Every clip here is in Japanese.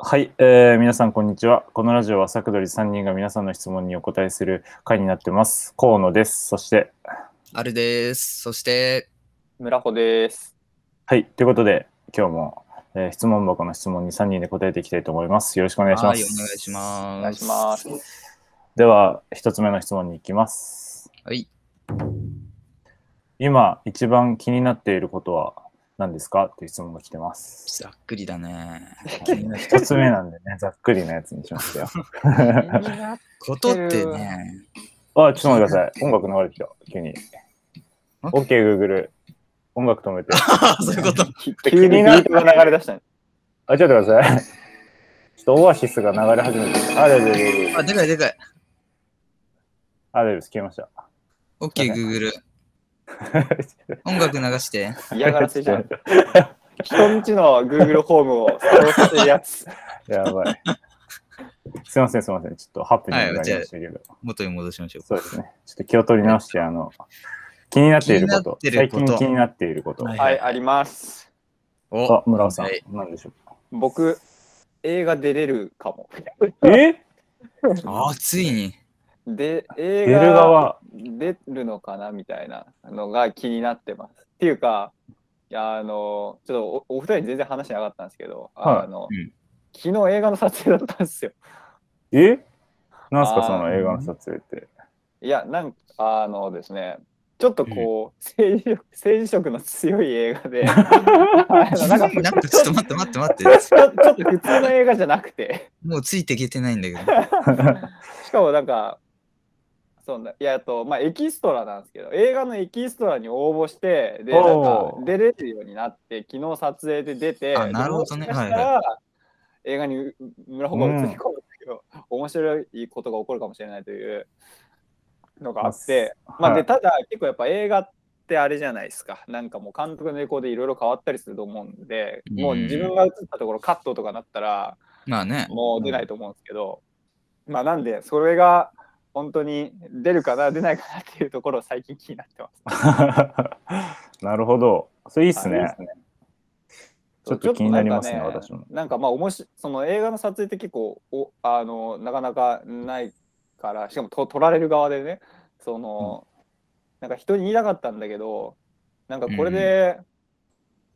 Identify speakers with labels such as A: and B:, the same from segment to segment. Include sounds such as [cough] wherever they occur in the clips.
A: はい、えー皆さんこんにちは。このラジオはサクドリ3人が皆さんの質問にお答えする回になってます。河野です。そして、
B: あるです。そして、
C: 村穂です。
A: はい、ということで、今日も、えー質問箱の質問に3人で答えていきたいと思います。よろしくお願いしま
B: はい、
A: す。
B: お願いし
C: お
B: ます。
C: 願いします。
A: では、1つ目の質問に行きます。
B: はい。
A: 今、一番気になっていることは何ですかという質問が来てます。
B: ざっくりだね。
A: 1つ目なんでね、ざっくりなやつにしましたよ。
B: ことってね、
A: あ、ちょっと待ってください。音楽流れてきた、急
B: [laughs]
A: に。OK、Google。音楽止めて。
B: そういうこと。
C: [laughs] 急にビートが流れ出したね。
A: あ、ちょっと待ってください。ちょっとオアシスが流れ始めてる。あれれれれ
B: あ、でかいでかい。
A: あれです。消えました。 [laughs]
B: OK、Google。音楽流して。
C: 嫌がらせじゃん。人んちの Google ホームを作動させるやつ。
A: やばい。すいません、すいません。ちょっとハッピーにな
B: はいじ
A: り
B: ゃあ
A: ましたけど。
B: 元に戻しましょう。
A: そうですね。ちょっと気を取り直して、あの、気になっていること。
B: 気になって
A: 最
B: ること
A: 近気になっていること。
B: はい
C: はい、あります。
B: お
A: あ、村尾さん
B: はい、
A: 何でしょう
C: 僕、映画出れるかも。
A: か。え
B: あ、ついに。
C: で、
A: 出
C: 映
A: る
C: 画
A: 側。
C: 出るのかなみたいなのが気になってます。っていうか、いやあの、ちょっとおお二人に全然話してなかったんですけど、
A: はい
C: あの、
B: うん
C: 昨日映画の撮影だったんですよ。
A: えなんすか、
C: あー
A: その映画の撮影って。
C: いや、なんか、あのですね、ちょっとこう、政治色政治色の強い映
B: [laughs]
C: 画で、あの
B: なん [laughs]
C: なんか
B: かちょっと待って待って待って。
C: ちょちょっと普通の映画じゃなくて、
B: もうついていけてないんだけど。
C: しかもなんか、そんな、いや、あと、まあ、エキストラなんですけど、映画のエキストラに応募して、で、なんか
A: おー、
C: 出れるようになって、昨日撮影で出て、
B: あなるほどね
C: でもしかしたら
B: は
C: 映画にう村穂が映り込むんだけど、面白いことが起こるかもしれないというのがあって、まあ、
A: は
C: で
A: い
C: ただ結構やっぱ映画ってあれじゃないですかなんかもう監督の意向でいろいろ変わったりすると思うんでもう自分が映ったところカットとかなったら
B: まあね。
C: もう出ないと思うんですけど、まあなんでそれが本当に出るかな出ないかなっていうところを最近気になってます。
A: [laughs] なるほど。それいいっす
C: あいい
A: ね
C: っ。
A: ちょっと気になりますね、
C: ちょっとなんか
A: 私も。
C: なんかまあ面白いその映画の撮影って結構おあのなかなかないからしかもと撮られる側でねその、なんか人に言いたかったんだけどなんかこれで、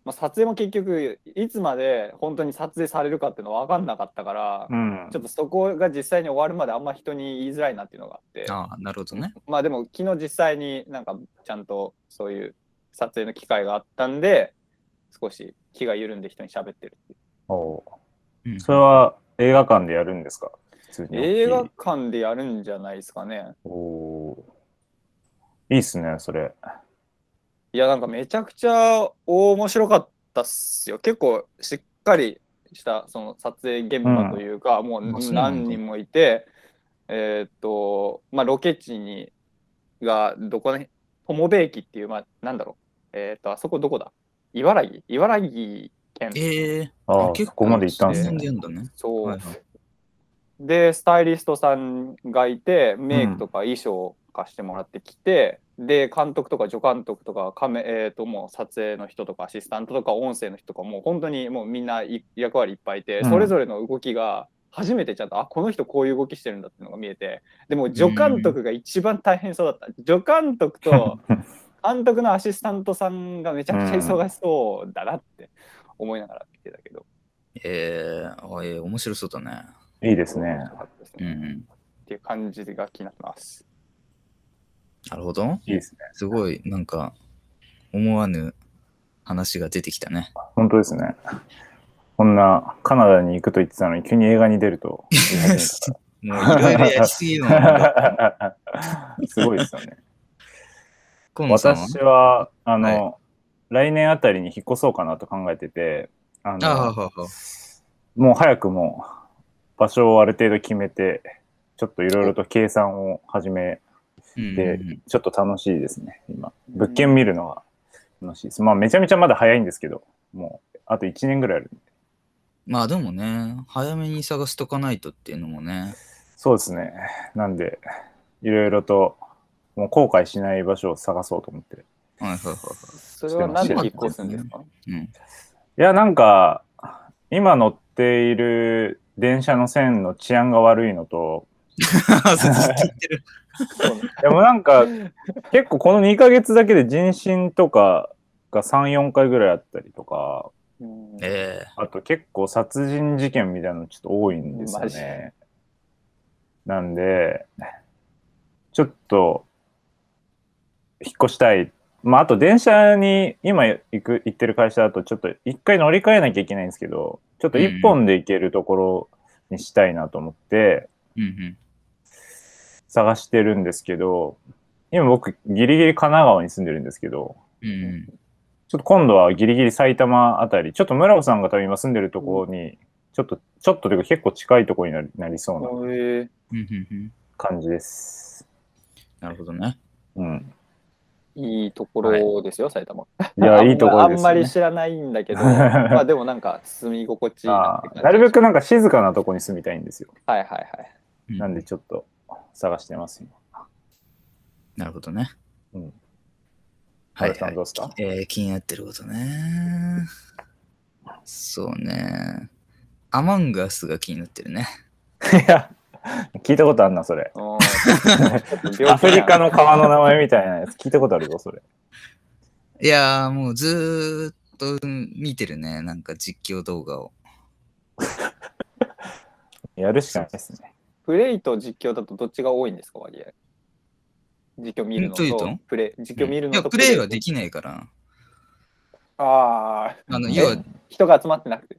C: まあ、撮影も結局いつまで本当に撮影されるかっていうのは分かんなかったから、
A: うん
C: ちょ。っとそこが実際に終わるまであんま人に言いづらいなっていうのがあって
B: ああ、なるほどね。
C: まあでも昨日実際になんかちゃんとそういう撮影の機会があったんで少し気が緩んで人に喋ってる
A: おう
B: うん
A: それは映画館でやるんですか普通に
C: 映画館でやるんじゃないですかね。
A: おーいいっすね、それ。
C: いや、なんかめちゃくちゃ面白かったっすよ。結構しっかりしたその撮影現場というか、も
B: あそううなんだ
C: 何人もいて、えーっと、まあ、ロケ地にがどこね、友部駅っていう、まあ、なんだろう、えーっと、あそこどこだ茨城茨城県。
B: ええ
A: ああ、
B: 結
A: そ
B: 構
A: こまで行ったんす
B: 進ん
A: ね。
B: でんだね。
C: そう、
B: はいはい
C: でスタイリストさんがいてメイクとか衣装を貸してもらってきて、で監督とか助監督とかカメ、えー、ともう撮影の人とかアシスタントとか音声の人とかもう本当にもうみんない役割いっぱいいて、
A: うん
C: それぞれの動きが初めてちゃんとあこの人こういう動きしてるんだっていうのが見えてでも助監督が一番大変そうだった、助監
B: [laughs]
C: 督と監督のアシスタントさんがめちゃくちゃ忙しそうだなって思いながら見てたけど、
B: ええあええ面白そうだね。
A: [laughs] いいですね。
C: 面白かったですね
B: うんうん。
C: っていう感じが気になってます。
B: なるほど。
A: いいですね。
B: すごい、なんか、思わぬ話が出てき
A: [laughs]
B: たね。
A: 本当ですね。こんなカナダに行くと言ってたのに急に映画に出ると。
B: もういろいろやりすぎる
A: [laughs]
B: の。
A: すごいですよね。
B: 今野さんは
A: 私は、あの、来年あたりに引っ越そうかなと考えてて、あ
B: あ
A: の
B: あははは
A: もう早くもう場所をある程度決めて、ちょっといろいろと計算を始め
B: うん
A: で
B: うん
A: ちょっと楽しいですね、今。物件見るのは楽しいです。まあ、めちゃめちゃまだ早いんですけど、もう、あと1年ぐらいある。
B: まあでもね、早めに探しとかないとっていうのもね。
A: そうですね。なんで、いろいろと、もう後悔しない場所を探そうと思って。
B: はいはいはいは
A: [laughs]
C: それはなんで引っ越すんですか
B: い。うん。
A: いや、なんか、今のっている電車の線の治安が悪いのと、
B: ずっと言ってる。
C: そうね
A: でもなん
C: [laughs]
A: か結構この2ヶ月だけで人身とかが3、4回ぐらいあったりとか、
C: うん
B: [laughs] え
A: あと結構殺人事件みたいなのちょっと多いんですよ
C: マジ
A: ね。なんで、ちょっと、引っ越したい。まあ、あと電車に今行く、行ってる会社だとちょっと一回乗り換えなきゃいけないんですけど、ちょっと一本で行けるところにしたいなと思って
B: えうん
A: 探してるんですけど、今僕ギリギリ神奈川に住んでるんですけど、
B: うん。うんうん。
A: ちょっと今度はギリギリ埼玉あたり、ちょっと村尾さんが多分今住んでるところに、ちょっと、ちょっとというか結構近いところになりなりそうな
C: そういう
B: うんうんうん。
A: 感じです。
B: なるほどね。
A: うん。
C: いいところですよ、埼玉。
A: いや、
C: あ
A: いいところ
C: あ
A: で
C: ん
A: す、ね。
C: まり知らないんだけ
A: [laughs]
C: ど、まあでもなんか住み心地いいな
A: あ
C: って感
A: ー
C: じ。
A: なるべくなんか静かなとこに住みたいんですよ。
C: はいはいはい。
B: うん
A: なんでちょっと探してます、今。
B: なるほどね。
A: うん。
B: はい、
A: 村尾さ
B: は
A: ん
B: い
A: ど。うですか、
B: えー、気になってることね。そうね。アマンガスが気になってるね。
A: いや、聞いたことあんな、それ。
C: うん
A: [laughs] アフリカの川の名前みたいなやつ聞いたことあるぞ、それ。
B: いやー、もうずーっとうん見てるね。なんか実況動画を。
A: やるしかないですね。
C: プレイと実況だとどっちが多いんですか、割合。実況見るの
B: んどういうこと
C: と、プレイ、実況見る
B: い
C: の
B: や、
C: と
B: プレイはで
C: き
B: きないから。
C: ああ、
B: あの、
A: え
B: 要は、
C: 人が集まってなくて。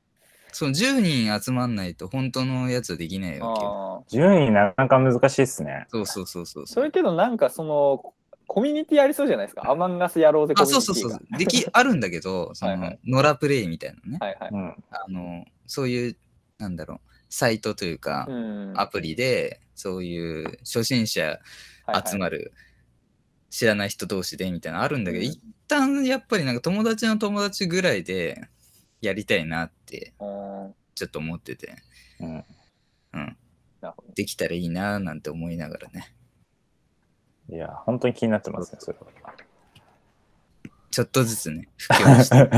B: その10人集まんないと本当のやつはできないわけよ。
C: あー
A: 順位なかなか難しいっすね。
B: そうそうそうそう。
C: それけどなんかその、コミュニティありそうじゃないですか。アマンガスやろうぜ、コ
B: あ、
C: ミュニ
B: そう
C: ティ
B: そうそう
C: が。。
B: でき、あるんだけど、その、
C: はいはい
B: 野良プレイみたいなね。
C: はいはい。
A: うん。
B: あの、そういう、なんだろう、サイトというか、
C: うん
B: アプリで、そういう初心者集
C: はい
B: まる、知らない人同士でみたいなのあるんだけど、
C: うん
B: 一旦やっぱりなんか友達の友達ぐらいでやりたいなって、
C: はいうん
B: ちょっと思ってて、
A: うん、
B: うん。
C: なるほど
B: できたらいいななんて思いながらね。
A: いや、本当に気になってますね、それは。
B: ちょっとずつね、布教
C: [laughs]
B: して。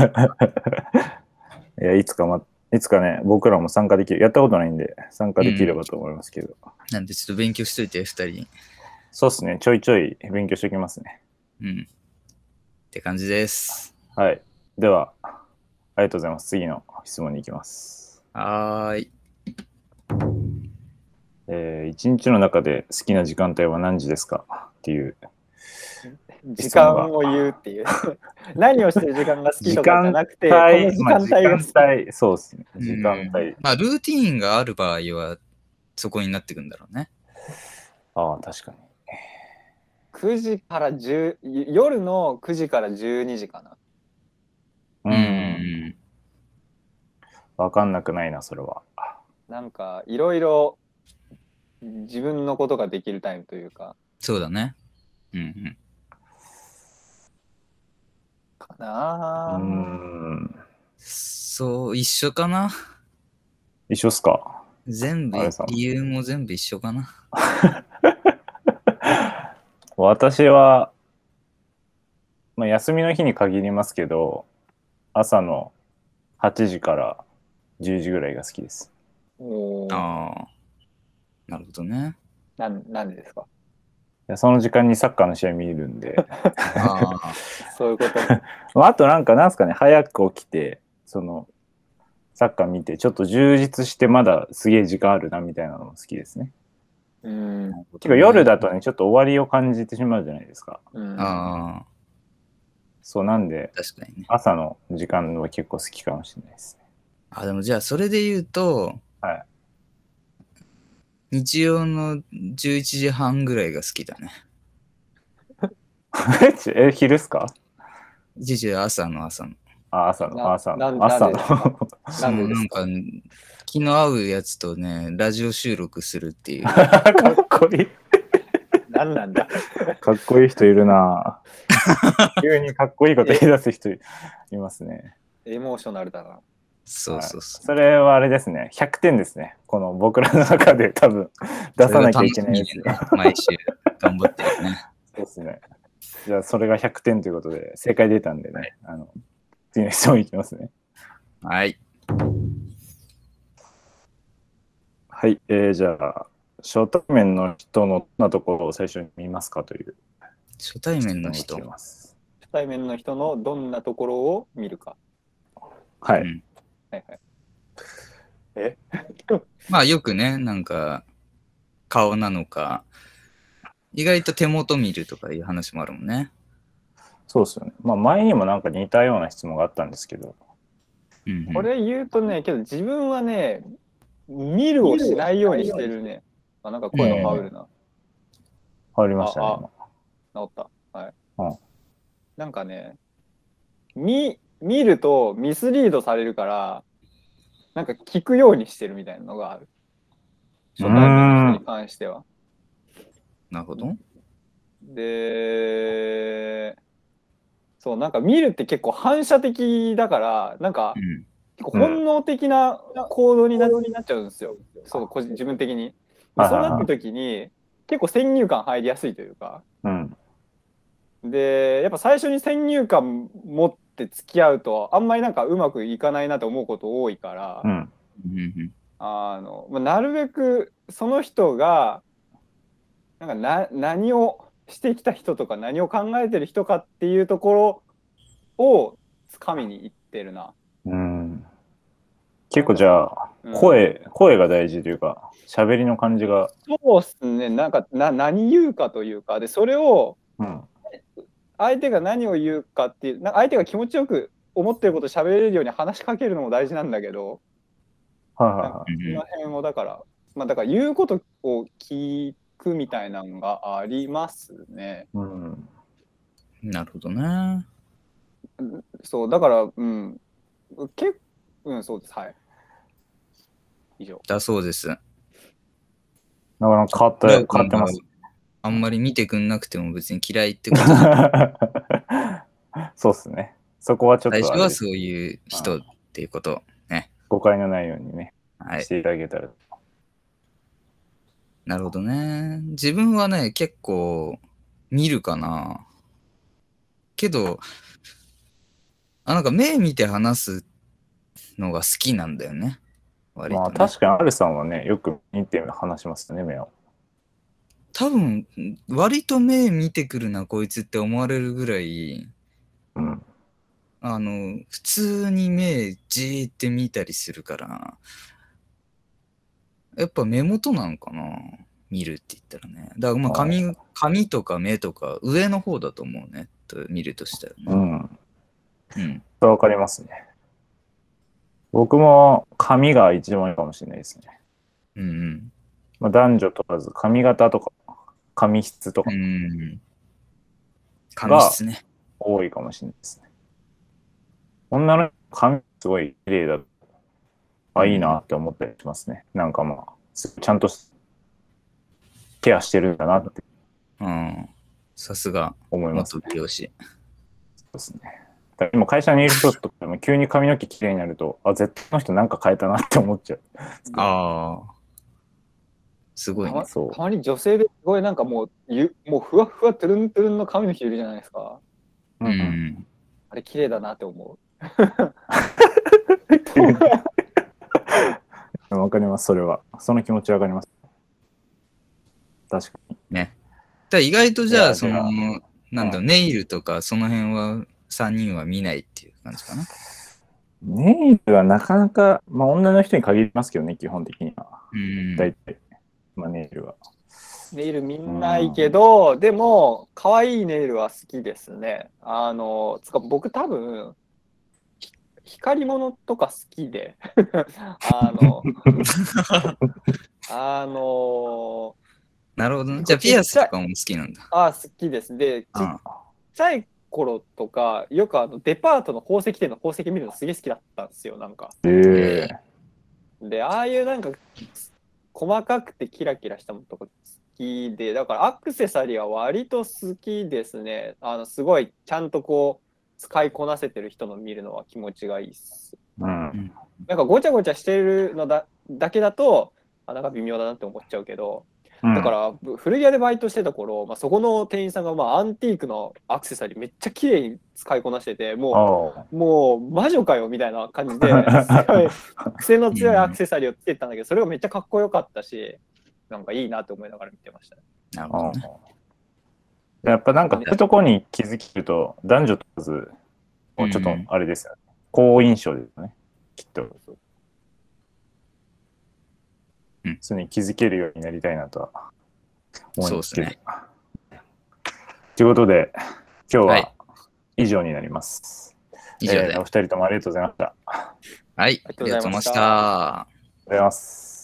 A: [laughs] いや、いつかま、いつかね、僕らも参加できる。やったことないんで、参加できればと思いますけど。
B: なんでちょっと勉強しといて、二人。
A: そうですね、ちょいちょい勉強しておきますね。
B: うん。って感じです。
A: はい。では、ありがとうございます。次の質問に行きます。
B: はーい。
A: えー、一日の中で好きな時間帯は何時ですかっていう。
C: [laughs] 時間を言うっていう。 [laughs] 何をしてる時間が好きとかじゃなくて、
A: 時
C: こ
A: 間帯
C: の時間帯
A: ま
C: が好き。
A: あ時間帯そうですね。時間
B: う
A: 帯
B: ん。まあ、ルーティーンがある場合は、そこになってくんだろうね。
A: ああ、確かに。
C: 9時から10、夜の9時から12時かな。
A: う。
B: うんん。
A: わかんなくないな、それは。
C: なんかいろいろ自分のことができるタイムというか、
B: そうだね。うんうん。
C: か
A: う
C: なぁ。
A: ん。
B: そう、一緒かな。
A: 一緒っすか
B: 全部
A: あれさ、
B: 理由も全部一緒かな。
A: 私は、まあ、休みの日に限りますけど、朝の8時から10時ぐらいが好きです。
C: おー
B: ああ。なるほどね。
C: なんなんでですか
A: いやその時間にサッカーの試合見るんで、 [laughs]
B: ああ。
C: そう [laughs] いうこと。
A: まあ、あとなんかなんすかね、早く起きて、その、サッカー見て、ちょっと充実してまだすげえ時間あるなみたいなのも好きですね。
C: うん。
B: なるほ
A: て
B: ど
A: か
B: ね
A: 夜だとね、ちょっと終わりを感じてしまうじゃないですか。
C: うん、
B: ああ。
A: そうなんで、
B: 確かにね。
A: 朝の時間は結構好きかもしれないですね。
B: あ、でもじゃあ、それで言うと、
A: はい。
B: 日曜の11時半ぐらいが好きだね。
A: えち [laughs] え、昼っすか
B: 11時朝の朝の。
A: あ、朝の、
C: な
A: 朝
C: な
A: の、
C: ん
A: 朝
C: なんで
A: の。
B: そ
C: なんで
B: の
C: で
B: な
C: す
B: ん
C: か
B: か、気の合うやつとね、ラジオ収録するっていう。
A: [laughs] かっこいい。
C: なんなんだ
A: かっこいい人いるなぁ急にかっこいいこと言い出す人いますね。
C: エモーショナルだな。
B: そうそうそう。
A: それはあれですね。100点ですね。この僕らの中で多分出さなきゃいけないやつ。
B: それが楽しみでね毎週頑張ってるね。
A: そうですね。じゃあそれが100点ということで正解出たんでね。あの次の質問いきますね。
B: はい。
A: はい、えーじゃあ、初対面の人のどんなところを最初に見ますかという
B: 初対面の
A: 質
B: 人
A: 問が来て。ます。
C: 初対面の人のどんなところを見るか。
A: はい、
B: うん
C: はいはい。
B: [laughs] まあよくね、なんか、顔なのか、意外と手元見るとかいう話もあるもんね。
A: そうですよね。まあ、前にもなんか似たような質問があったんですけど、
B: うんうん
C: これ言うとね、けど自分はね、見るをしないようにしてるね。あなんか声が羽織るな。
A: ありましたね
C: ああ。
A: 今
C: 治った。はい。
A: うん
C: なんかね、見、見るとミスリードされるから、なんか聞くようにしてるみたいなのがある。初対面の人に関しては。
B: なるほど。
C: で、そう、なんか見るって結構反射的だから、なんか
B: うん。
C: 結構本能的な行動にな,、っちゃうんですよ。そう、個人自分的に。でそうなった時に、結構先入観入りやすいというか。
A: うん。
C: でやっぱ最初に先入観持って付き合うとあんまりなんかうまくいかないなと思うこと多いから、
A: うん。
B: うんうん
C: あのまあ、なるべくその人がなんかな何をしてきた人とか何を考えてる人かっていうところをつかみにいってるな。
A: うん、結構じゃあ、
C: うん
A: 声、声が大事というか、喋りの感じが、
C: そうっすねなんかな何言うかというかでそれを
A: うん。
C: 相手が何を言うかっていうなんか相手が気持ちよく思ってることを喋れるように話しかけるのも大事なんだけど。
A: はいはいは
B: うん
C: そ
B: うん
C: の辺をだから、まあだから言うことを聞くみたいなのがありますね。
A: い。うん。
B: なるほどね。
C: そう、だから、うん、結うん、そうです、はい。以上。
B: だそうです。
A: なかなか変わった、
B: レオ
A: 変
B: 君
A: わ
B: が
A: ってます。
B: あんまり見てくんなくても別に嫌いってことは
A: [laughs] そうっすね。そこはちょっ
B: 最
A: と
B: 初
A: あれ
B: は
A: です
B: そういう人っていうこと。
A: 誤解のないようにね、
B: はい
A: し。ていただけたら。
B: なるほどね。自分はね、結構見るかな。けど、あ、なんか目見て話すのが好きなんだよね。割と、ね
A: まあ確かに、アルさんはね、よく見て話しますね、目を。
B: 多分、割と目見てくるな、こいつって思われるぐらい、
A: うん。
B: あの、普通に目じーって見たりするから、やっぱ目元なのかな。見るって言ったらね。だからまあ
A: あ
B: 髪、髪とか目とか上の方だと思うね。と見るとしたらね。
A: うん。
B: うん。
A: それわかりますね。僕も髪が一番いいかもしれないですね。
B: うん
A: まあ、男女問わず、髪型とか、髪質と
B: う
A: か
B: ん。うん。髪質ね。
A: 多いかもしれないですね。女の子髪すごい綺麗だとあ、いいなって思ったりしますね。なんかまあ、すちゃんとしケアしてるんだなって
B: うん。さすが、
A: 思います
B: 元美容師。
A: ですね。だから今会社にいる人とかも急に髪の毛綺麗になると、あ、絶対この人なんか変えたなって思っちゃう。
B: ああ。すごいね。
A: そう
C: たまに女性ですごいなんかもう、ゆもうふわふわトゥルントゥルンの髪の人いるじゃないですか。
B: う。ん。
C: あれ綺麗だなって思
A: うん [laughs] わかります、それは。その気持ちわかります。確かに。
B: だから意外とじゃ
A: い
B: あ、
A: や
B: そ
A: で
B: の
A: は、
B: なんだろう、ネイルとか、その辺は、3人は見ないっていう感じかな。
A: ネイルはなかなか、まあ女の人に限りますけどね、基本的には。
B: うん。
A: 大体、まあネイルは。
C: う。ネイルみんないいけど、でも、可愛いネイルは好きですね。あの、つか僕多分、ひ光り物とか好きで、 [laughs] あ
B: [laughs]
C: の、あの
B: なるほどね。じゃあ、ピアスとかも好きなんだ。
C: ー、あー好きです。で、ち
B: う
C: っ
B: ん
C: ちゃい頃とか、よくあのデパートの宝石店の宝石見るのすげえ好きだったんですよ、なんか。
A: ええ
C: で、ああいうなんか、細かくてキラキラしたものとか好きで、だからアクセサリーは割と好きですね。あの、すごい、ちゃんとこう、使いこなせてる人の見るのは気持ちがいいっす。
A: うん。
C: なんかごちゃごちゃしてるのだだけだと、あ、なんか微妙だなって思っちゃうけど、
A: うん
C: だからぶ古着屋でバイトしてた頃、まあ、そこの店員さんがまあアンティークのアクセサリーめっちゃ綺麗に使いこなしててもう
A: おう
C: もう魔女かよみたいな感じですごい癖の強いアクセサリーをつけてたんだけどそれがめっちゃかっこよかったしなんかいいなと思いながら見てましたね。
B: なるほ
A: お
B: ど
A: う
B: ね。
A: やっぱなんかこういうとこに気づけると男女問わずこうちょっとあれですよね、好印象ですねきっと、
B: うん
A: それに気づけるようになりたいなとは思いますけど
B: そうで
A: ということで今日
B: は
A: はい以上になります、
B: 以上
A: え
B: で
A: ーお。二人ともありがとうございましたありがとう
B: はい、あ
C: あ
B: り
C: り
B: が
C: が
B: と
C: と
B: うござ
C: う
B: い
C: ござい
B: ま
C: ま
B: し
C: した
B: た。
A: ございます